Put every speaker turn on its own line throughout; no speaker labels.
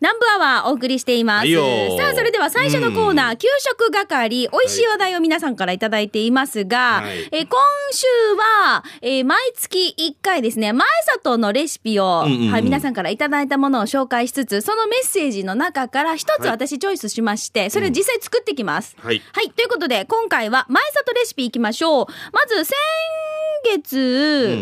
南部アワーお送りしています。
はいよ
さあ、それでは最初のコーナー、給食係、美味しい話題を皆さんからいただいていますが、
はい
えー今週は、えー毎月1回ですね、前里のレシピを、
うんうんうん
はい、皆さんからいただいたものを紹介しつつ、そのメッセージの中から一つ
はい
私チョイスしまして、それを実際作ってきます。
はい。
はい。ということで、今回は前里レシピいきましょう。まず、先月、
う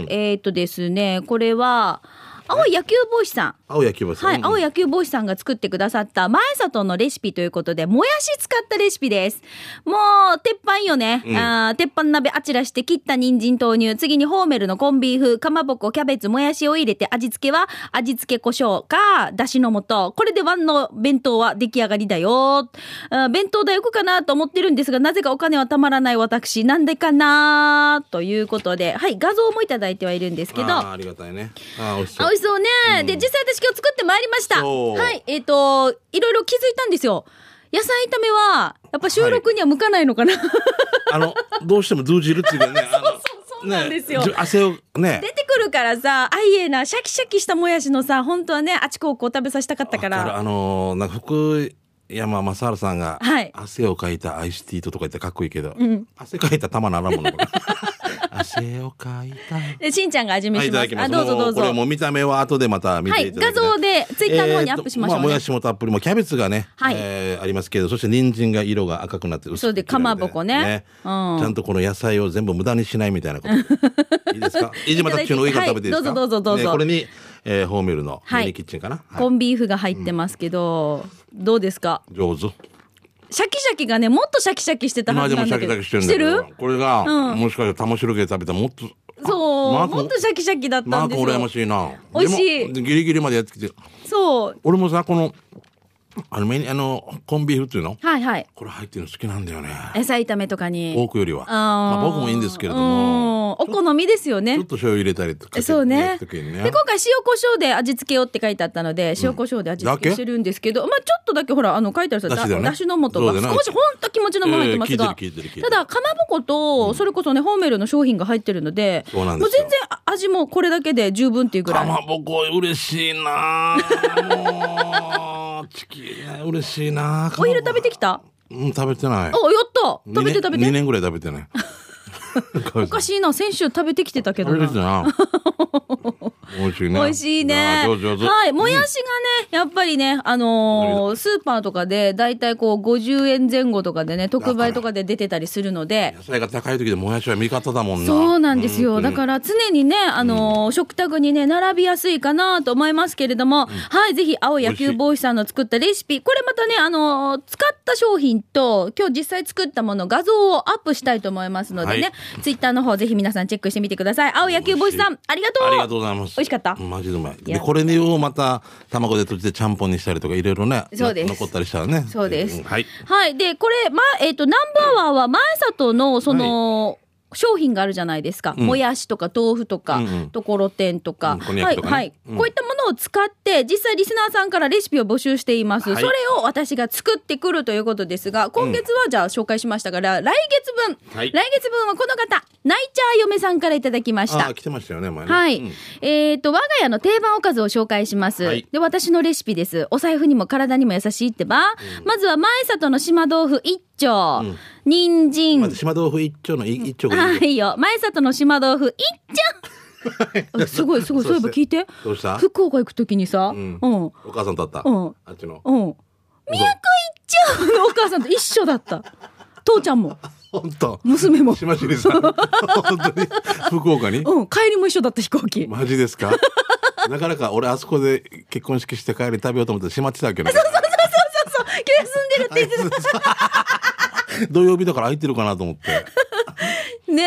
ん
えーっとですね、これは、青い野球帽子さん。
青焼き場
はい、青
焼
野球帽子さんが作ってくださった前里のレシピということで、もやし使ったレシピです。もう、鉄板よね。
うん
あー鉄板鍋あちらして切った人参投入。次にホーメルのコンビーフ、かまぼこ、キャベツ、もやしを入れて味付けは、味付け胡椒か、だしの素。これでワンの弁当は出来上がりだよ。あー弁当代行くかなと思ってるんですが、なぜかお金はたまらない私。なんでかなということで、はい、画像もいただいてはいるんですけど、
あーありがたいね。あー美味しそ
あ
う
美味。しそうね、
うん
で実際私今日作ってまいりました
そう
はいえっ、といろいろ気づいたんですよ野菜炒めはやっぱ収録には向かないのかな、
あの、どうしても通じるっていうかね。あの
そうなんですよ
ねじゅ汗をね
出。てくるからさあいえなシャキシャキしたもやしのさ本当はねあちこちこう食べさせたかったから
わるあのー、なんか福山雅治さんが、
はい
汗をかいたアイスティーととか言ってかっこいいけど、
ん
汗かい た玉ならんもの。汗をかいた。
でしんちゃんが味見
はい、
し
いた
ま
だ
す
きます。
あどうぞ
も
どうぞ
これも見た目は後でまた見
は
て
い
いた
画
だきたい。
像でツイッターの方にアップしましょう
えーとあ、も
ね、
やしもたっぷりもキャベツがね、
はい
えーありますけどそして人参が色が赤くなって薄く
そうで
切られて
かまぼこねうん
ちゃんとこの野菜を全部無駄にしないみたい なこといいですか飯島卓球の上から食べていいですか、
はいどうぞどうぞどうぞ
ねこれに、えー、ホーメルの
はい
ミニキッチンかな、はい
コンビーフが入ってますけど、どうですか
上手
シャキシャキがねもっとシャキシャキしてた
今
はず
で
な
も
ん
シ
だ
ャ
けど
キシャキしてるんだけどこれが、
うん
もしかして玉城家で食べたらもっと
そう、
マーク
もっとシャキシャキだった
マ
ん
ーク
ですよ
羨ましいな
美味しい
でもでギリギリまでやってきて
そう
俺もさこのあのメニあのコンビーフっていうの
はいはい
これ入ってるの好きなんだよね
野菜炒めとかに
多くよりは。
あー
まあ、僕もいいんですけれども、
うんお好みですよ
ちょ
ね
っと醤油入れたりとかけて
そうね
焼く時に
で
ね
今。回塩コショウで味付けをって書いてあったので塩コショウで味付けしてるんですけど、まあちょっとだけほらあの書いてあるさ
だしだよね
だしの素
そうだ
が
よね
少しほんと気持ちのもの入ってますが、
ええ聞いてる聞いてる聞いてる
ただかまぼことそれこそねホーメルの商品が入ってるので
そうなん
も
で
う
すよ
全然味もこれだけで十分っていうぐら
か
い
まぼこ嬉しいなあ。もう、チキン嬉しいなあ。
お昼食べてきた
うん、食べてない。
おやった食べて
二年
食べ
二
て
年ぐらい食べてない。お
おかしいな先週食べてきてたけど
食べ
な
てな。美味しいね。
美味しいね。
あ上手上手。
はい。もやしがね、やっぱりね、あのースーパーとかで、だいたいこう、50円前後とかでね、特売とかで出てたりするので、
野菜が高い時でもやしは味方だもんな。
そうなんですよ。だ
ら。
から常にね、あのー食卓にね、並びやすいかなと思いますけれども、はい、ぜひ、青野球帽子さんの作ったレシピ、これまたね、あのー使った商品と、今日実際作ったもの、画像をアップしたいと思いますのでね、
は
ツイッターの方、ぜひ皆さんチェックしてみてください。青野球帽子さん、ありがとう
ありがとうございます。
美味しかった
マジでうまい。
や
で、これをまた卵で閉じてちゃんぽんにしたりとか、いろいろね。
そうです
残ったりしたらね。
そうです
んはい。
はい。で、これ、ま、えっ、と、ナンバーワンは前里の、その、商品があるじゃないですか、
うん
もやしとか豆腐とか、
うんうん
ところてんとか,、
うんこんにゃ
は
く
い
とかね
はい、
うん
こういったものを使って実際リスナーさんからレシピを募集しています、
はい
それを私が作ってくるということですが今月はじゃあ紹介しましたから、来月分、
はい
来月分はこの方ナイチャー嫁さんからいただきました
あー、来てましたよね、前ね。
はい。
うん
えっ、と、我が家の定番おかずを紹介します。
はい
で、私のレシピです。お財布にも体にも優しいってば。まずは、前里の島豆腐一丁。
うん
人参。
まず島豆腐一丁のい一丁がいい
はいよ。前里の島豆腐一 丁。あすごい、すごい。そういえば聞いて。
どうした
福岡行くときにさ、う
うんん、
うん、
お母さんと会った、
うん
あっちの
うん。
宮
一丁のお母さんと一緒だった。父ちゃんも、
本当
娘も。
島尻さ ん本当に福岡に
うん、帰りも一緒だった飛行機。
マジですかなかなか俺あそこで結婚式して帰り食べようと思って閉まってたわけね
そう、休んでるって言ってた。
土曜日だから空いて るかなと思って
ね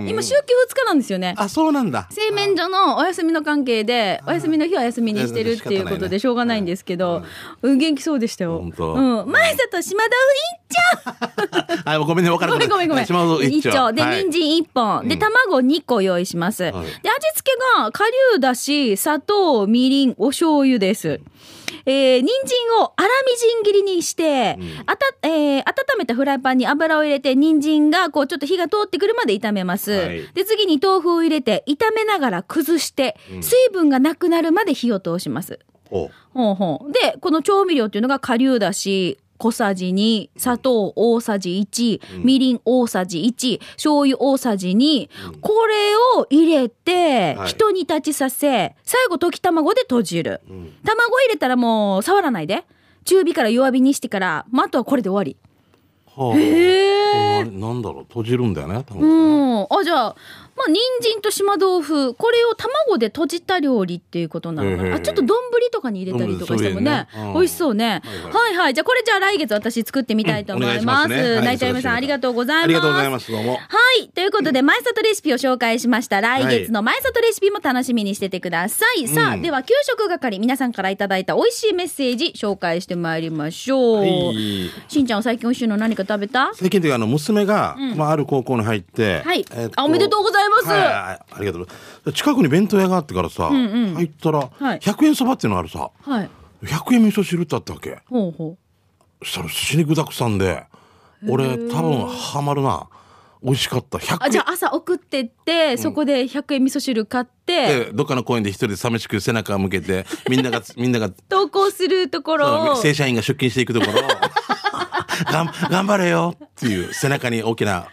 う
え、
ん
今週休2日なんですよね。
あそうなんだ
製麺所のお休みの関係でお休みの日は休みにしてるっていうこ
いや仕方
と
ない
で
ね
しょうがないんですけど、うん元気そうでしたよ。
本当
うん、前里島豆
あごめんね分か
腐ご
らな
め
か
んごめんごめん。
島豆腐一丁
で、
はい
人参一本、で
うん
卵二個用意します。で
い
味付けが顆粒だし、砂糖、みりん、お醤油です。えー、人参を粗みじん切りにして、
うん
あた、えー、温めたフライパンに油を入れて、人参がこうちょっと火が通ってくるまで炒めます。
はい
で、次に豆腐を入れて、炒めながら崩して、水分がなくなるまで火を通します。
おう
ほうほうでこの調味料っていうのが顆粒だし小さじ2砂糖大さじ1、
うん
みりん大さじ1醤油大さじ2、
うん
これを入れて、
はい
ひと煮立ちさせ最後溶き卵で閉じる
うん
卵入れたらもう触らないで中火から弱火にしてから、まあ、あとはこれで終わり
はあ、
へえ
うんなんだろう閉じるんだよね多分
うんあじゃあまあ人参と島豆腐これを卵で閉じた料理っていうことなのか
へ
な
え
あちょっと丼とかに入れたりとかしてもね
丼そういうねうん
美味しそうね、
はいはい
はいはいじゃあこれじゃあ来月私作ってみたいと思います,、
うんお願いしますねはい
ナイトエムさんありがとうございます
ありがとうございますどうも
はい。ということで、前里レシピを紹介しました。来月の前里レシピも楽しみにしててください。さあ、
うん
では、給食係、皆さんからいただいた美味しいメッセージ、紹介してまいりましょう。
はい
しんちゃんは最近美味しいの何か食べた
最近というかあの娘が、まあ、ある高校に入って、
はい
えっ。
あ、おめでとうございます。
はいはいはいありがとうございます近くに弁当屋があってからさ、入ったら、
はい
100円そばっていうのあるさ
はい。
100円味噌汁ってあったわけ
ほうほ
そしたら寿司に具だくさんで俺多分ハマるな美味しかった
う。あ、
100
じゃ
円
あ朝送ってって、そこで100円味噌汁買って、
でどっかの公園で一人で寂しく背中を向 けてみんながみんなが
投稿するところを。
正社員が出勤していくところをがん頑張れよっていう背中に大きな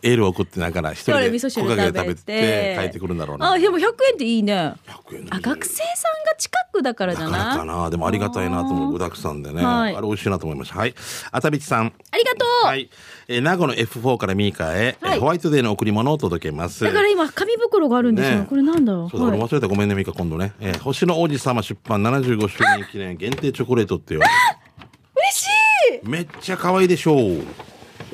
エールを送ってながら一人
それ
で
味噌汁
木陰で
食
食
べ
べ
て
て帰ってくるんだろうな
あ、でも100円っていいね。
100円の
あ、
味噌汁
学生さんが近くだからじゃ
なかな
ない
かなでもありがたいなと思う具だくさんでね、
はい
あれ美味しいなと思いましたはいあたびきさん
ありがとう、
はい、えー、名護の F4 からミーカーへ、えー
はい
ホワイトデーの贈り物を届けます
だから今紙袋があるんですよ、
ね
これなんだろう
そうだ、
はい
俺忘れたごめんねミカ今度ね、えー星の王子様出版75周年記念限定チョコレートってよ
嬉しい
めっちゃ可愛いでしょう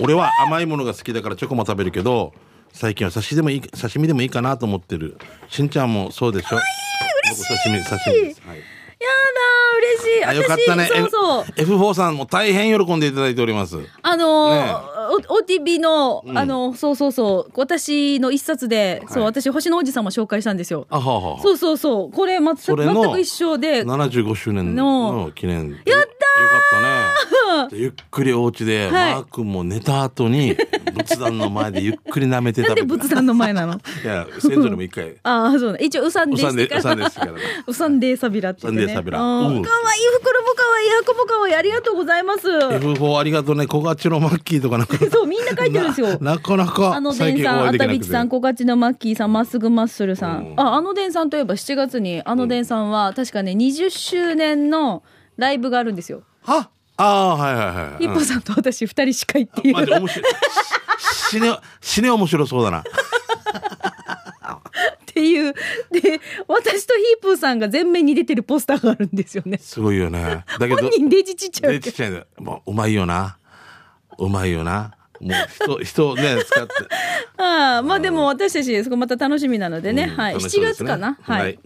俺は甘いものが好きだからチョコも食べるけど最近は刺しでもいい刺身でもいいかなと思ってるしんちゃんもそうでしょ可愛い嬉しい刺身刺身です、はい
やだー嬉しい
あよかったね。
私そうそう
F- F4 さんも大変喜んでいただいております。
あのー
ね
お OTB の、
うん
あのそうそうそう私の一冊で、そう
はい
私星の王子様紹介したんですよ
あはあはあ。
そうそうそうこれ、ま、全
それの
く一緒で
75周年の記念。やったよかったね。じゃあゆっくりお家で、
はい
マー君も寝た後に、仏壇の前でゆっくり舐めて
な
食
んで
べ
仏
て。
壇の前なの
いや、先祖にも一回、
ああそうね一応うさんで
お
し
さんで
て、か
おさんで
ら
すからね。
うさんでさびらって言ってね
うさんでさびら
うん
うん
かわいい袋もかわいい箱もかわいいありがとうございます
F4 ありがとうね。小勝ちのマッキーとかなんか。
そうみんな書いてるんですよ
ななかなか
あの
最
デン
近
さん、
お会い
あ
でき
た
な
び
く
き
て
さん、こがちのマッキーさん、まっすぐマッスルさん
う。ん
あ、あのデンさんといえば7月に、あのデンさんは、確かね、20周年のライブがあるんですよ。
はああー、はいはいはい。
ヒッポさんと私2人しかいって
う
い
ん
う。
マジ面白い。死ね、死ね面白そうだな。
っていう。で、私とヒープーさんが前面に出てるポスターがあるんですよね。
すごいよね。だけど
本、人デジちっちゃ
で
いけ
ちっちゃいのもううまいよなうまいよなもう人 人をね使って
ああ、まあでも私たち、そこまた楽しみなのでね。
うん
はい。
楽
7
しそうで
月
すね
かな。はい。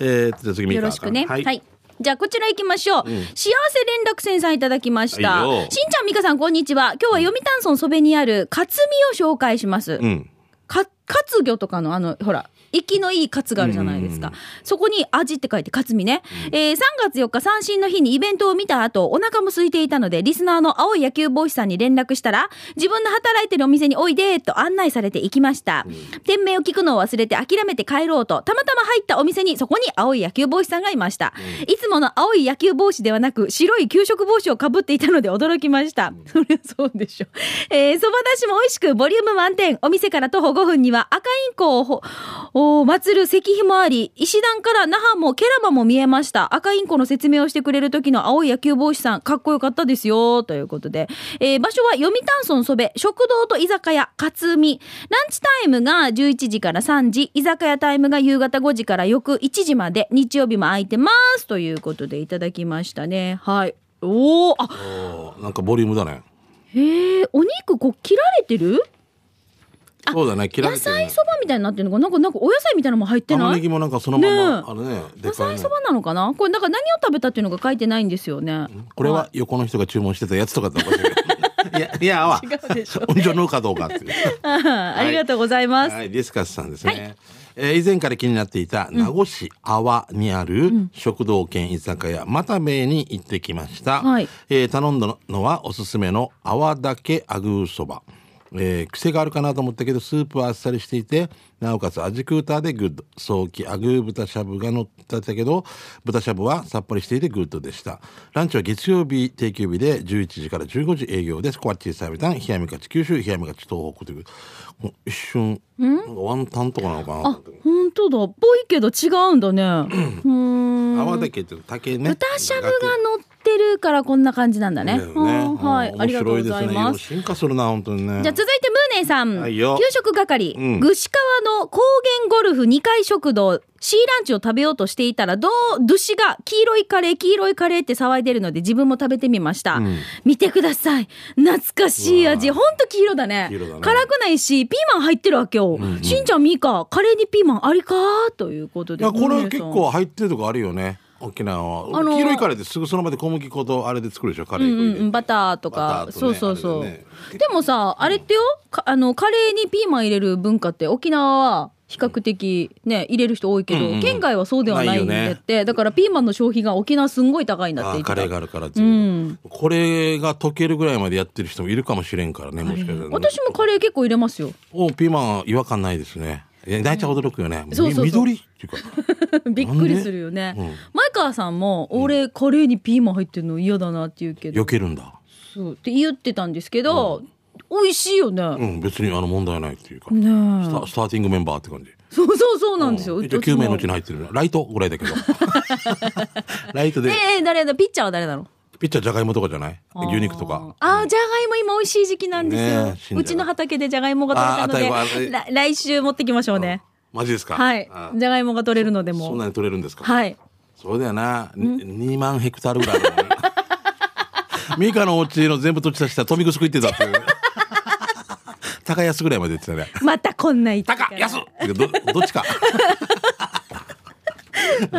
えーじゃあ次ミ
よ
カ
ろしくね。
か
は
ら
い。じゃあこちら行きましょう、幸せ連絡船さんいただきました、
はいよ
しんちゃんみかさんこんにちは今日は読谷村そべにある活身を紹介します、
うん
か活魚とかのあのほら息のいい活があるじゃないですか、そこに味って書いて活身ね、えー3月4日三振の日にイベントを見た後お腹も空いていたのでリスナーの青い野球帽子さんに連絡したら自分の働いてるお店においでと案内されて行きました、店名を聞くのを忘れて諦めて帰ろうとたまたま入ったお店にそこに青い野球帽子さんがいました、いつもの青い野球帽子ではなく白い給食帽子をかぶっていたので驚きました、 そりゃそうでしょえーそばだしも美味しくボリューム満点お店から徒歩5分には赤インコをほを祀る石碑もあり石段から那覇もケラマも見えました赤インコの説明をしてくれる時の青い野球帽子さんかっこよかったですよということで、えー場所は読谷村そべ食堂と居酒屋かつみランチタイムが11時から3時居酒屋タイムが夕方5時から翌1時まで日曜日も空いてますということでいただきましたねはいおーあ
おーなんかボリュームだね
へえお肉こう切られてるあ
そうだね切ら
野
れてる
菜
ね
そばみたいになってるのかなんかなんかお野菜みたいなのも入って
玉
な
ね
い
ぎもなんかそのまま
ねえ
あれねで
野
かい
菜
ね
そばなのかなこれなんか何を食べたっていうのが書いてないんですよね
これは横の人が注文してたやつとかだと 思うけどいやいやあわ
違うでしょ
温情のかどうかっていう
あありがとうございます、
はい、ディスカスさんですね。えー以前から気になっていた名護市阿波にある食堂兼居酒屋またべに行ってきました、
はい
えー頼んだのはおすすめの阿波だけあぐーそばえー癖があるかなと思ったけどスープはあっさりしていてなおかつ味クーターでグッド早期アグー豚しゃぶが乗ってたけど豚しゃぶはさっぱりしていてグッドでしたランチは月曜日定休日で11時から15時営業ですコアッチーサービタン冷やみ勝ち九州冷やみ勝ち東北というもう一瞬なんかワンタンとかなのかなと思
あ
ったけど、
本当だ。っぽいけど違うんだね。うーん。
泡だけって竹ね
豚しゃぶが乗ってるからこんな感じなんだね。
だよ
うんはい
うん。
ありがとうご
面
ざ
白
い
ですね
ま
ろ
す。
進化するな本当にね
じゃあ続いてムーネイさん、
はい
給
よ
食係、
うん
具志川の高原ゴルフ2階食堂 C ランチを食べようとしていたらどうドゥシが黄色いカレー黄色いカレーって騒いでるので自分も食べてみました、
ん
見てください懐かしい味
うわ
ほんと黄色だね
黄色だね
辛くないしピーマン入ってるわけよ、
うん
しんちゃんみーかカレーにピーマンありかということ
い
で
やこ
ムー
れ
ネイ
結
さん
構入ってるとこあるよね沖縄は、
あのー
黄色いカレーってすぐその場で小麦粉とあれで作るでしょカレ
うん
ー
うんうん、バターとか、
バターと
そう
ね
そうそう、
あれでね
でもさあれってよかあのカレーにピーマン入れる文化って沖縄は比較的ね入れる人多いけど、
うんうん
県外はそうではないん
ない
だ
よ
っ
ね
て、だからピーマンの消費が沖縄すんごい高いんだって
あ
言っ
ー
てた
カレーがあるからって
う
いう、
ん
これが溶けるぐらいまでやってる人もいるかもしれんからねもしかしたら、ね、
私もカレー結構入れますよ
おピーマンは違和感ないですねえ大ちゃん驚くよね、み
そうそうそう
緑っていう か
びっくりするよね、
うん
前川さんも「俺カレーにピーマン入ってるの嫌だな」って言うけど
避けるんだ
そうって言ってたんですけど、美味しいよね、
うん別にあの問題ないっていうか、
ねえ
スタスターティングメンバーって感じ
そうそうそうなんですよ、
うん一応
うちも
9名のうちに入ってるライトぐらい だけどライトで
ええ誰だピッチャーは誰なの
ピッチャーじゃがいもとかじゃない牛肉とか
あーあーじゃがいも今美味しい時期なんですよ、
ねえ死んじゃう
うちの畑でじゃがいもが取れ
あー
た
あた
の
い
で
も
ら来週持ってきましょうね
マジですか
はい
あ
じゃがいもが取れるので
そん
も
なに取れるんですか
はい
そうだよなに2万ヘクタールぐらいあ るもんねミカのお家の全部土地出したら富城食いってたっていう高安ぐらいまで言ってたね
またこんな言ってから
高安どどっちか う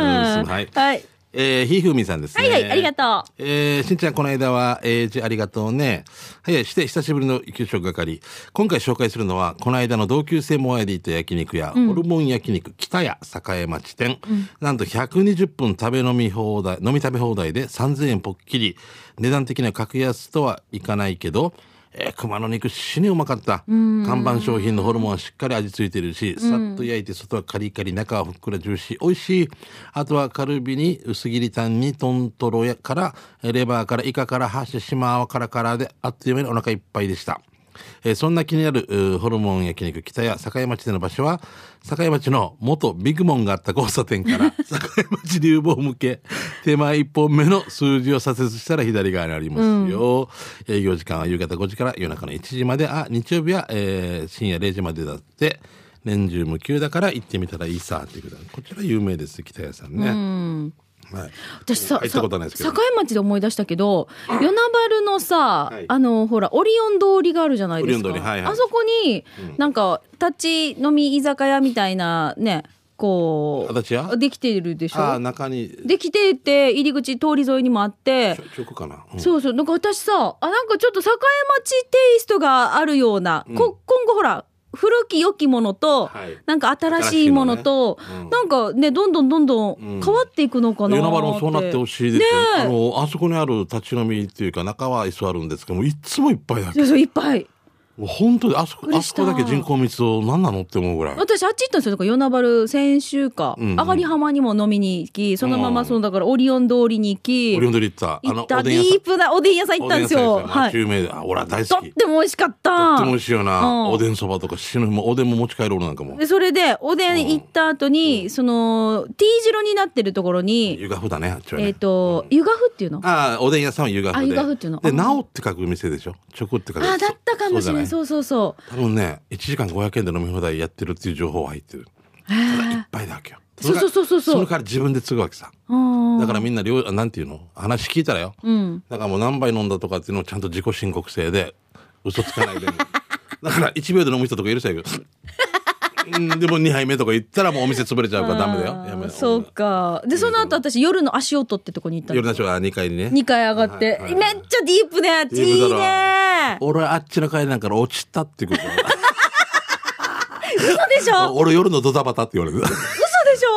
ん
うん
はい
はい
えー、ひふみさんですね。
はいはいありがと
う。えー、しんちゃん、この間は、えー、じありがとうね。はいはい、して、久しぶりの給食係。今回紹介するのは、この間の同級生モアディと焼肉屋、ホルモン焼肉、北谷栄町店。なんと120分食べ飲み放題、飲み食べ放題で3000円ぽっきり。値段的な格安とはいかないけど、えー熊の肉死にうまかった看板商品のホルモンはしっかり味付いてるしさっと焼いて外はカリカリ中はふっくらジューシー美味しいあとはカルビに薄切りタンにトントロやからえーレバーからイカからハシシマアワからからであっという間にお腹いっぱいでした、えーそんな気になるうーホルモン焼肉北谷栄町での場所は栄町の元ビッグモンがあった交差点から栄町流房向け手前一本目の数字を左折したら左側にありますよ、営業時間は夕方5時から夜中の1時まであ日曜日は、えー深夜0時までだって年中無休だから行ってみたらいいさっていうことでこちら有名です北谷さんね、はい、
私さ
入ったことはないですけど
さ境町で思い出したけど与那原のさ、
はい
あのほらオリオン通りがあるじゃないですか、
オリオン通りはいはい
あそこに、なんか立ち飲み居酒屋みたいなねこう
足立屋
できてるでしょ
ああ中に
できてて入り口通り沿いにもあって
ちょ直かな、うん
そうそうなんか私さあなんかちょっと栄町テイストがあるような、こ今後ほら古き良きものと、
はい
なんか新しいものと
新しいのねうん
なんかねどんどんどんどん変わっていくのかな
夜
ー
なば
っ
る
て、
もそうなってほしいですよ
ねえ
あのあそこにある立ち飲みっていうか中は椅子あるんですけどもいっつもいっぱいだけ
そうそういっぱい
もう本当にあそこ
びっく
あ
りし
そ
た
こだけ人口密度何なのって思うぐらい
私あっち行ったんですよだから与那原先週か、
うんうん
上がり浜にも飲みに行きそのま
う
ま
ん
そのだからオリオン通りに行き
オリオンドリッターあ
行
の
った
お
デ
でん屋
ィ
さ
ープなおでん屋さん
ん
行ったんですよは
はい有名であ俺は大
と
好
っ
き
ても美味しかった
とっても美味しいよ
う
な、
ん
おでんそばとか死ぬもうおでんも持ち帰ろうなんかも
でそれでおでん行った後に、その T 字路になってるところに、
湯がふだねあっちはね、
えっ、と湯がふっていうのあ
ああおでん屋さんは湯がふ
あ
で
湯がふっていうの
で
うん
なおって書く店でしょちょこって書く
あだったかもしれない
そう
そうそうそう
じゃない多分ね1時間500円で飲み放題やってるっていう情報は入ってる
へ
いっ
え
ぱいだわけよ
そうそうそうそうそう
それから自分で継ぐわけさだからみんな料あなんていうの話聞いたらよ、
うん
だからもう何杯飲んだとかっていうのをちゃんと自己申告制で嘘つかない でだから1秒で飲む人とかいるさようんでも2杯目とか言ったらもうお店潰れちゃうからダメだよやめ
そうかでその後私夜の足音ってとこに行った
夜
の
なしは2階にね
2階上がって、
はいはいはい
めっちゃディープね
ディー
い
プ
い
だろ
ね
俺はあっちの階段から落ちたっていうこと
嘘でしょ
俺夜のドタバタって言われる
嘘でし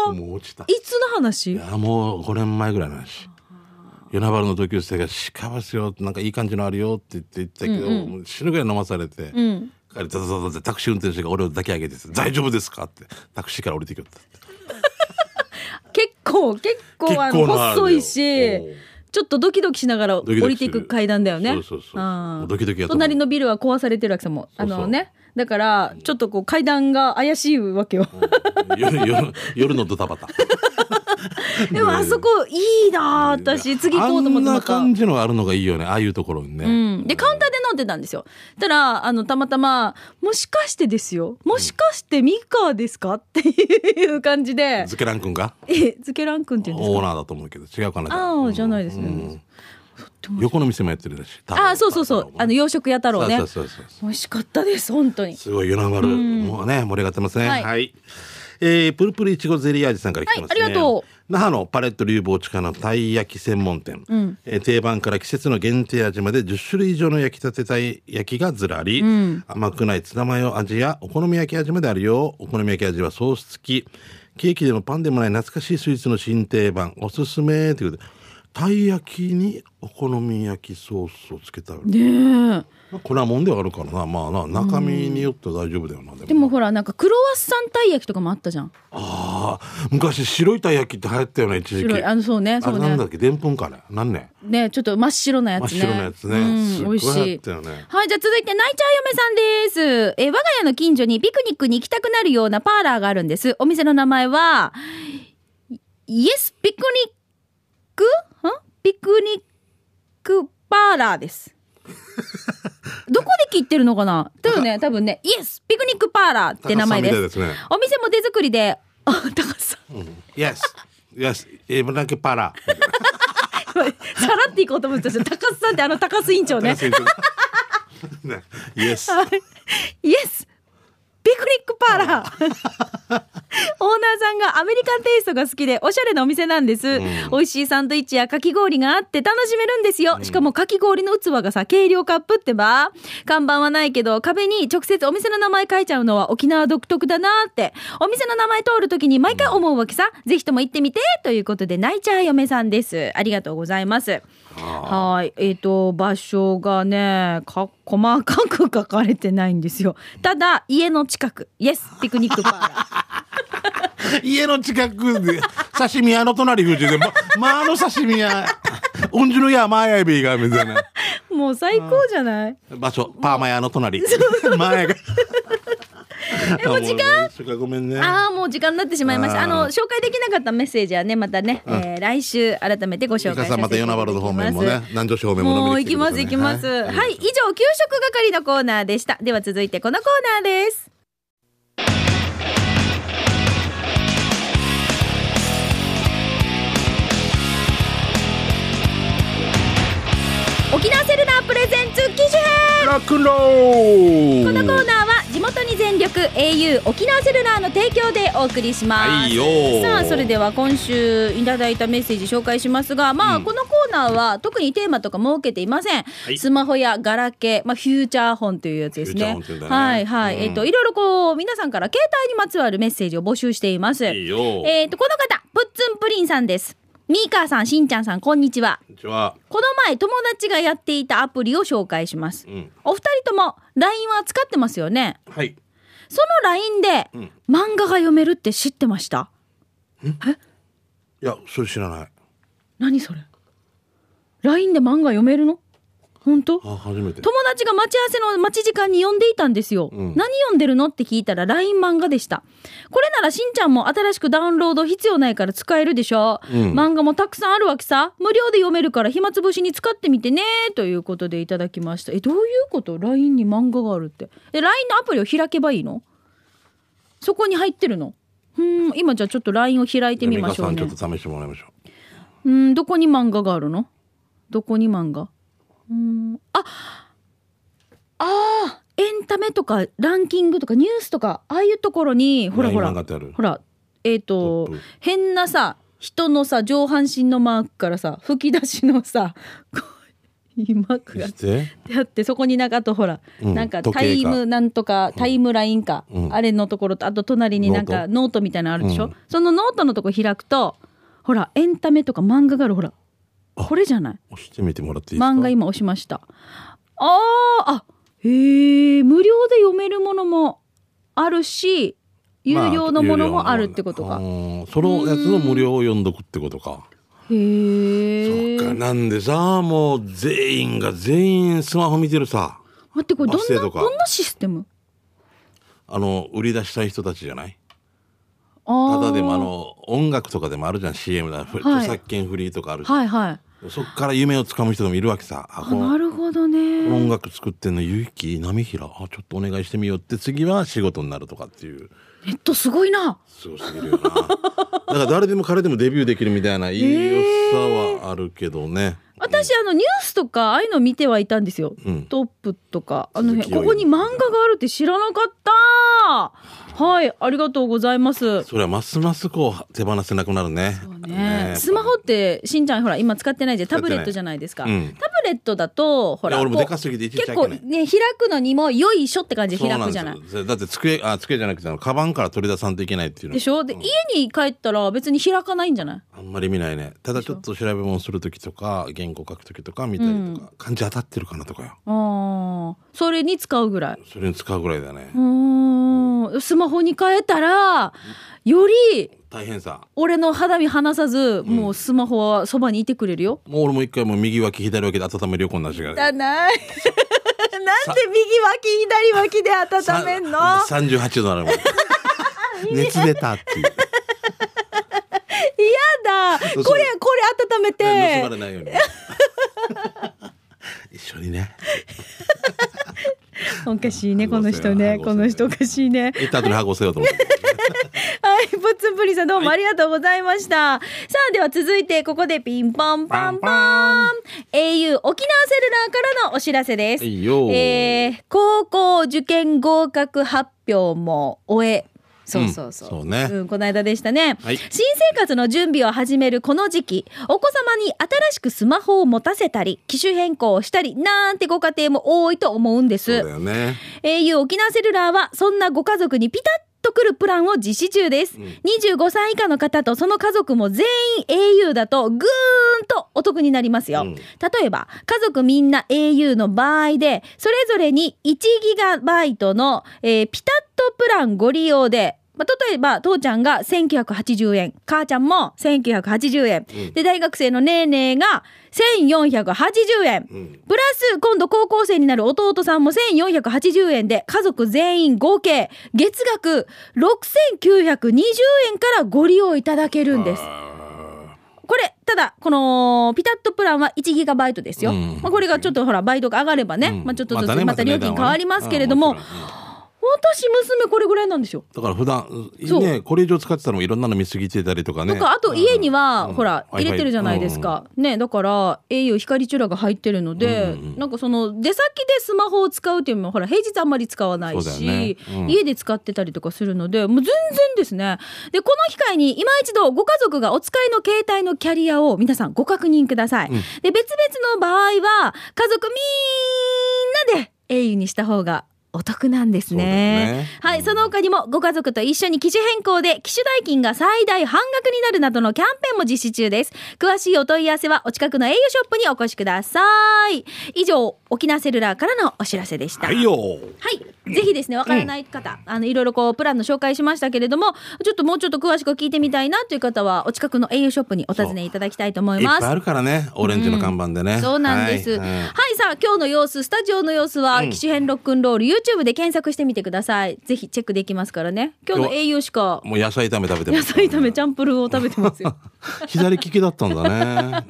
ょ
もう落ちた
いつの
い
話
やもう5年前ぐらいの話与那原の同級生が「しかばすよなんかいい感じのあるよ」って言って言ったけど、もう死ぬぐらい飲まされて、
うん
あれザザザザザタクシー運転手が俺を抱き上げてて「大丈夫ですか?」ってタクシーから降りてきよったって
結構結構あの
結構なあれだよ
細い
お
し
う
ちょっとドキドキしながら降
キドキする
りていく階段だよね
そうそうそう
あー
ドキドキやと思う
隣のビルは壊されてるわけさもあ
そう
のねだからちょっとこう階段が怪しいわけよ
夜夜夜のドタバタ
でもあそこいいなあ私次行こうと思って
あん
ま
な
た
感じのあるのがいいよねああいうところにね、
うん、でカウンターで飲んでたんですよ。たらあのたまたま「もしかしてですよもしかしてミカですか?」っていう感じで
ズケラン君が
「えズケラン君」って言うんです
オー
か
ナーだと思うけど違うかな
ああ
うん
じゃないですね
うん横の店もやってるらしい
ああそうそうそうあの洋食屋太郎ね
そうそうそうそう
美味しかったです本当に
すごい夜な丸、もうね盛り上がってますね。
は
はいい。えー、プルプルいちごゼリー味さんから来てますね、
はいありがと
う那覇のパレット流房地下のたい焼き専門店、えー定番から季節の限定味まで10種類以上の焼きたてたい焼きがずらり、甘くないツナマヨ味やお好み焼き味まであるよお好み焼き味はソース付きケーキでもパンでもない懐かしいスイーツの新定番おすすめということでたい焼きにお好み焼きソースをつけた
ねえ
まあこれはもんではあるからなまあな中身によっては大丈夫だよなでも
でもほらなんかクロワッサンたい焼きとかもあったじゃん
ああ昔白いたい焼きって流行ったよね一時期
白いあのそうね
あ
そ
れ
う
なん
ね
だっけでんぷんかね何ね
ねちょっと真っ白なやつね
真っ白なやつね
うん
すっ
美
ごい
味し
流
い
行ったよね
はい、じゃあ続いて、泣いちゃう嫁さんです。えー、我が家の近所にピクニックに行きたくなるようなパーラーがあるんです。お店の名前は、イイエスピクニックんピクニックパーラー です。どこで切ってるのかな多分ね、多分ね、イエスピクニックパーラーって名前で
高橋
す。
さんみたいですね
お店も手作りで、あ、高橋さん。
Yes Yes エブラケパラ
さらっていこうと思ってたんですよ高須さんってあの高須委員長ね。
ね Yes
イエスピクニックパーラーオーナーさんがアメリカンテイストが好きでおしゃれなお店なんです、美味しいサンドイッチやかき氷があって楽しめるんですよ、しかもかき氷の器がさ軽量カップってば看板はないけど壁に直接お店の名前書いちゃうのは沖縄独特だなってお店の名前通るときに毎回思うわけさ、ぜひとも行ってみてということで泣いちゃう嫁さんですありがとうございますはい、えっ、と場所がね、か細かく書かれてないんですよ。ただ家の近く、イエスピクニックパーラー。
家の近くで刺身屋の隣風中でままああの刺身屋うんじゅのやまあやびがみたいな
もう最高じゃない。
場所パーマ屋の隣 マーヤがえもう時間ごめんね
ああもう時間になってしまいました。あ
あー
の紹介できなかったメッセージはねまたね、えー来週改めてご紹
ミカ
介
さんまた与那原の方面もね南城市方面も
も
飲
う
みに
行
来て
き
くれ
ま
た
す
ね
行きます。はい、
はい
以上給食係のコーナーでした。では続いてこのコーナーです。沖縄セルナープレゼンツ機種編
ロックンロ
このコー
ー
ナーは地元に全力 au 沖縄セルラーの提供でお送りします、
はいよ
さあそれでは今週いただいたメッセージ紹介しますがまあ、このコーナーは特にテーマとか設けていません、
い
スマホやガラケー、まあ、フューチャーホンというやつですね
フューチャーホンって言うんだね
はいはい、
うん
えっ、といろいろこう皆さんから携帯にまつわるメッセージを募集しています
いいよ
えっ、とこの方プッツンプリンさんですミーカーさんしんちゃんさんこんにちは
こんにちは
この前友達がやっていたアプリを紹介します、
うん
お二人とも LINE は使ってますよね
はい
その LINE で
ん
漫画が読めるって知ってました
いやそれ知らない
何それ LINE で漫画読めるの本当
あ初めて
友達が待ち合わせの待ち時間に読んでいたんですよ、
うん
何読んでるのって聞いたら LINE 漫画でしたこれならしんちゃんも新しくダウンロード必要ないから使えるでしょ、
うん
漫画もたくさんあるわけさ無料で読めるから暇つぶしに使ってみてねということでいただきましたえどういうこと LINE に漫画があるってえ LINE のアプリを開けばいいのそこに入ってるのうーん今じゃあちょっと LINE を開いてみましょう
じ
ね
ゃあミカさんちょっと試してもらいましょ
うーんどこに漫画があるのどこに漫画うーんああーエンタメとかランキングとかニュースとかああいうところにほらほら
何漫画ってある
ほらえっ、と
トップ
変なさ人のさ上半身のマークからさ吹き出しのさ こう今く
う
らっ
して
てあってそこになんかあとほら、
うん
なんか
時
タ
計か
イムなんとかタイムラインか、
うん
あれのところとあと隣になんかノートみたいなのあるでしょ、
うん
そのノートのとこ開くとほらエンタメとか漫画があるほらこれじゃない
押してみてもらっていいですか
漫画今押しましたあーあえへえ無料で読めるものもあるし有
まあ
料のものもあるってこと
有
か、
料のものうんそのやつの無料を読んどくってことか。
へえ
そっかなんでさもう全員が全員スマホ見てるさ
待ってこれど
バス
ん
制
な
度か
どんなシステム
あの売り出したい人たちじゃない
あ
た
ー
だでもあの音楽とかでもあるじゃん CM だ、ふ
はい
著作権フリーとかあるし、
はいはい
そっから夢をつかむ人でもいるわけさあ
あ
この
なるほど
この
ね
音楽作ってんの結城波平あちょっとお願いしてみようって次は仕事になるとかっていう
ネットすごいな
すごすぎ るよなだから誰でも彼でもデビューできるみたいないい良さはあるけどね、
私あのニュースとかああいうの見てはいたんですよ、
うん
トップとかあの辺
鈴木よ
こ
り
こに漫画があるって知らなかったはいありがとうございます
それはますますこう手放せなくなるね
そう
ね
ね
え
スマホってしんちゃんほら今使ってないじゃん
使っ
タ
てな
ブ
い
レットじゃないですか、
うん
タブレットだとほ
い
ら
や俺も
こう
でかすぎていちいち
結
開
構
けない
ね開くのにもよいしょって感じで開くじゃない
そうなんですよだって机あ机じゃなくてあのカバンから取り出さんといけないっていうの
でしょで、家に帰ったら別に開かないんじゃない
あんまり見ないねただちょっと調べ物する時とか原稿書く時とか見たりとか、漢字当たってるかなとかよ
ああそれに使うぐらい
それに使うぐらいだね、
うーんスマホに変えたらより
大変さ
俺の肌身離さず、もうスマホはそばにいてくれるよ。
もう俺も一回もう右脇左脇で温めるよこんな時 間
だない。なんで右脇左脇で温めんの
三十八度なの 熱出たっていう
やだこれ
う
これ温め
盗
て
まれないように 一緒にね
おかしいねこの人ねこの人おかしいね
行った後に運せようと思って
はいぽつんぷりさんどうもありがとうございました、さあでは続いてここでピンポンパンパン au 沖縄セルラーからのお知らせです
いいよ
えー高校受験合格発表も終えそうそうそう,、
うんそうね
ん、この間でしたね、
はい
新生活の準備を始めるこの時期お子様に新しくスマホを持たせたり機種変更をしたりなんてご家庭も多いと思うんで
そう
す
だよね
au 沖縄セルラーはそんなご家族にピタッとくるプランを実施中です、25歳以下の方とその家族も全員 au だとぐーんとお得になりますよ、
うん
例えば家族みんな au の場合でそれぞれに1ギガバイトの、えーピタッとプランご利用でまあ、例えば、父ちゃんが1980円、母ちゃんも1980円、
うん
で、大学生のネーネーが1480円、
うん
プラス、今度高校生になる弟さんも1480円で、家族全員合計、月額6920円からご利用いただけるんです。
あ
これ、ただ、この、ピタッとプランは1ギガバイトですよ。
うん
まあ、これがちょっとほら、バイトが上がればね、
ーうん
まあ、ちょっとず
だ
つ
ね
また料金変わりますけれども、
また値段はねうんもちろんうん
私、娘これぐらいなんですよ。
だから普段
そう
ねこれ以上使ってたのもいろんなの見過ぎてたりとかね
とか、あと家には、
うん
ほら、
うん
入れてるじゃないですか。ね、だから、au 光チュラが入ってるので、
うんうん
なんかその、出先でスマホを使うっていうのも、ほら、平日あんまり使わない
そう
し、
だよねうん
家で使ってたりとかするので、もう全然ですね。で、この機会に、今一度、ご家族がお使いの携帯のキャリアを、皆さんご確認ください。
うん
で、別々の場合は、家族みんなで au にした方が、お得なんです
そうだよね
はい、その他にもご家族と一緒に機種変更で機種代金が最大半額になるなどのキャンペーンも実施中です。詳しいお問い合わせはお近くの au ショップにお越しください。以上、沖縄セルラーからのお知らせでした。
はいよ
はいぜひですね、わからない方、あの、いろいろこう、プランの紹介しましたけれども、ちょっともうちょっと詳しく聞いてみたいなという方は、お近くの au ショップにお尋ねいただきたいと思い
いっぱ
ま
い
す。
あるからねオレンジの看板でね
そうなんです。はい、
はいはい
さあ、今日の様子、スタジオの様子は、機種編ロックンロール、YouTube で検索してみてください。ぜひチェックできますからね。今日の
今日
au しか、
もう野菜炒め食べて
野
ます
菜炒めチャンプルーを食べてます よ。
左利きだった んだね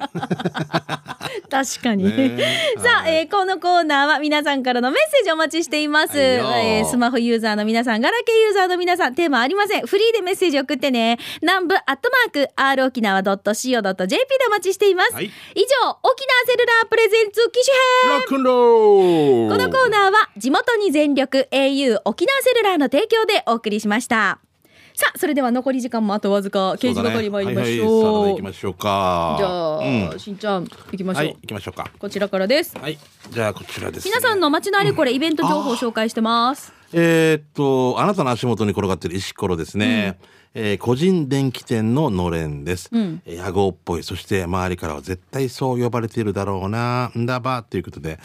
確かに。
ね
さあ、えーこのコーナーは皆さんからのメッセージお待ちしています。
はいよ
えースマホユーザーの皆さん、ガラケーユーザーの皆さん、テーマありません。フリーでメッセージ送ってね。南部アットマーク、r 沖縄 .co.jp でお待ちしています。
はい
以上、沖縄セルラープレゼンツ機種編
ロックンロー
こ
ル
のコーナーは地元に全力 au 沖縄セルラーの提供でお送りしました。さあそれでは残り時間もあとわずか刑事係参りまし
そうだねはいはいサラダ
ょ
行
う
きましょうか
じゃあ、
うん
しんちゃん行きましょ
は
う、
い行きましょうか
こちらからです
はいじゃあこちらです
皆さんの街のあれこれイベント情報を紹介してます
えーっと、あなたの足元に転がってる石ころですね。えー個人電気店ののれんです。
うん
えー野号っぽい。そして周りからは絶対そう呼ばれているだろうな、んだば、ということで、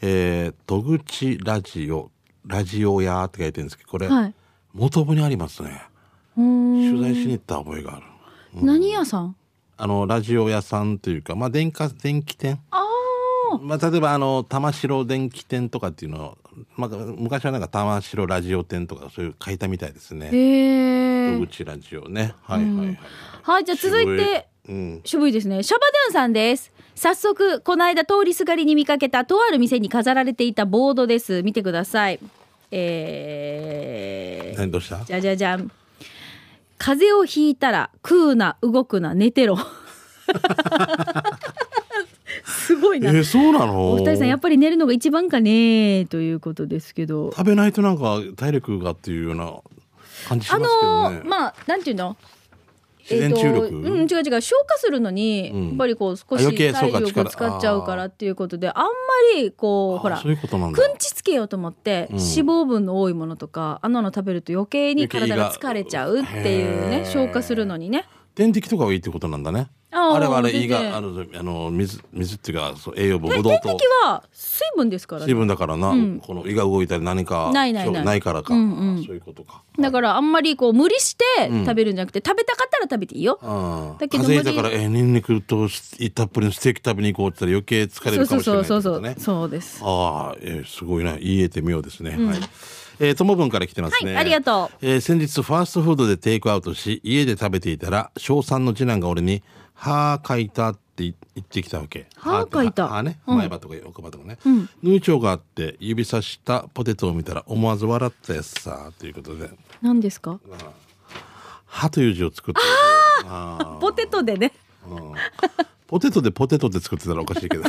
えー、戸口ラジオ、ラジオ屋って書いてるんですけど、これ、
はい
元部にありますね。
うーん
取材しに行った覚えがある。
何屋さん
あの、ラジオ屋さんというか、まあ、電化、電気店。
ああ
まあ、例えばあの玉城電気店とかっていうのを、まあ、昔はなんか玉城ラジオ店とかそういう書いたみたいですね。
へ
戸
え
口ラジオね。はいはいはい。
はいじゃあ続いて
渋い、うん、
渋いですね。シャバドゥンさんです。早速、この間通りすがりに見かけたとある店に飾られていたボードです。見てください。えー、
何どうした？
じゃじゃじゃん。風邪をひいたら、食うな、動くな、寝て ろ。すごい
え
な。
ー、そうなの？
お二人さん、やっぱり寝るのが一番かねということですけど。
食べないとなんか体力がっていうような感じしま
あ
す
の
けどね。
ーまあ、なんていうの
自然注力
えーとうん、違う違う消化するのに、
うん
やっぱりこう少
あ余
し
計そ
体
うか
力を
力
使っちゃうからっていうことであんまりこう
あ
ほら
そういうことなんだ。
くんちつけようと思って、
うん
脂肪分の多いものとかあんなの食べると余計に体が疲れちゃうっていう
へ
ね
ー
消化するのにね
電滴とかがいいってことなんだね。
あー
あれはあれ
全
胃
然
があのあの水水っていうかそう栄養分
で
ブドウ
点
糖
滴は水分ですから
水
ね
分だからな、
うん
この胃が動いたり何か
ないないない
そうないからか、
うんうん
そういうことか。
だからあんまりこう無理して
うん
食べるんじゃなくて、食べたかったら食べていいよ
うん
だけど
風邪だか
無
ら、えー、ニンニクとスたっぷりのステーキ食べに行こうって言ったら余計疲れ
そう
るか
そう
もしれ
そ
ないう
そうそ
ってことね
う。そうです
ああ、えーすごいな。言えてみようですね。はい。えー、ともぶんから来てますね。
はいありがとう。
えー先日、ファーストフードでテイクアウトし、家で食べていたら、小三の次男が俺に、はあ、書いたって言ってきたわけ。
はあ
って
書いた
はあね。
うん
前歯とか奥歯とかね。縫い帳があって、指さしたポテトを見たら、思わず笑ったやつさ、ということで、
何ですか
はという字を作って。ああ
ポテトでね
ポテトでポテトで作ってたらおかしいけど。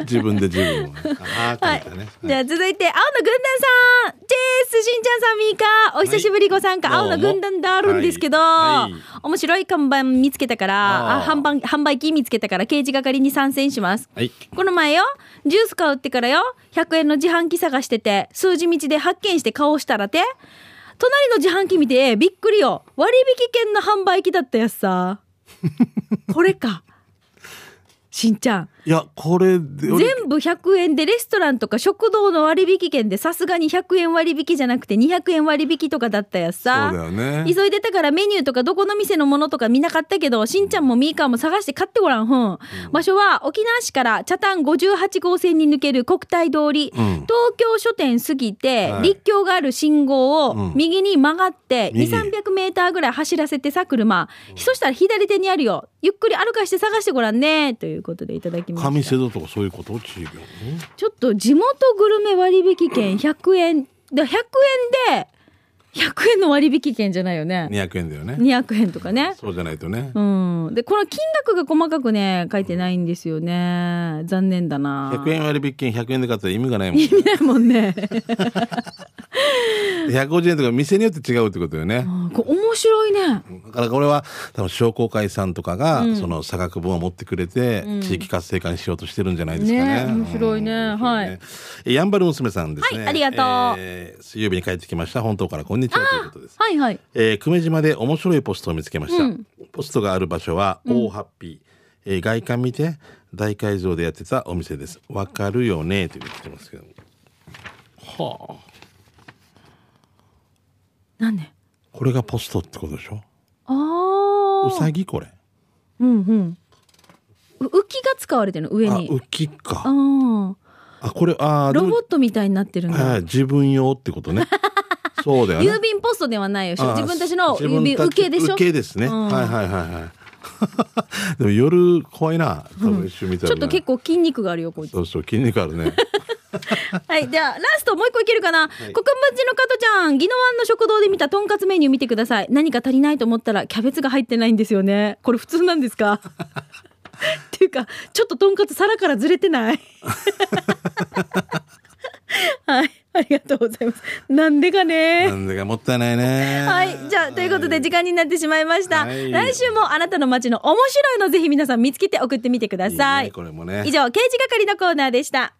自分で自分をね。ああ、
は
書い
い
たね。。
じゃあ続いて、青の軍団さんチェースしんちゃんさん、ミーカお久しぶりご参加、
はい
青の軍団であるんですけど、
はいはい
面白い看板見つけたから、あ
あー
販売、販売機見つけたから、刑事係に参戦します。
はい。
この前よ、ジュース買うってからよ、100円の自販機探してて、数字道で発見して顔したらて、隣の自販機見て、びっくりよ。割引券の販売機だったやつさ。これか。しんちゃん。
いや、これで、
全部100円でレストランとか食堂の割引券でさすがに100円割引じゃなくて200円割引とかだったやつさ
そうだよね
急いでたからメニューとかどこの店のものとか見なかったけどしんちゃんもみーかんも探して買ってごらんふん、場所は沖縄市から北谷58号線に抜ける国体通り、
うん
東京書店過ぎて、
はい
立教がある信号
う
を
ん
右に曲がって2
右
3 0 0メーターぐらい走らせてさ車、そしたら左手にあるよゆっくり歩かして探してごらんねということでいただきました
上瀬戸とかそういうこと地域のね
ちょっと地元グルメ割引券100円だ100円で100円の割引券じゃないよね
200円だよね。
200円とかね
そうじゃないとね
う。んでこの金額が細かくね書いてないんですよね残念だな
100円割引券100円で買ったら意味がないもん。
意味ないもんね
150円とか店によって違うってことよね
う。んこれ面白いね
だからこれは多分商工会さんとかが、その差額分を持ってくれて、地域活性化にしようとしてるんじゃないですかね。
ね面白いね
うん面白
はい。
えやんばる娘さんですね。
はいありがとう
えー水曜日に帰ってきました。本島からこんにちはということです。
はいはい
えー久米島で面白いポストを見つけました、
うん
ポストがある場所は大ハッピー、えー外観見て大改造でやってたお店ですわかるよねということで来てますけどはあ
なんで
これがポストってことでしょ
ああ
うさぎこれ
うんうんう浮きが使われてるの上
あ
に
浮き
ああ
か
ー
あこれあーで
ロボ
も
ットみたいになってるんだ
はい自分用ってこと ねそうだよね
郵便ポストではないよしょ
あー
自分たちの郵便
自分たち
受けでしょ
受けですね、
うん
はいはいはい はいでも夜怖いな多分一瞬見た
ちょ
ら
っ
な、
と結構筋肉があるよ、こいつ。
そうそう筋肉あるね
はい、じゃあ、ラストもう一個いけるかな。国分寺の加トちゃん、宜野湾の食堂で見たとんかつメニュー見てください。何か足りないと思ったら、キャベツが入ってないんですよね。これ普通なんですかっていうか、ちょっととんかつ皿からずれてないはい。ありがとうございます。なんでかね。
なんでかもったいないね。
はい。じゃあ、ということで時間になってしまいました。
はい
来週もあなたの街の面白いのぜひ皆さん見つけて送ってみてください。
いいねこれもね
以上、刑事係のコーナーでした。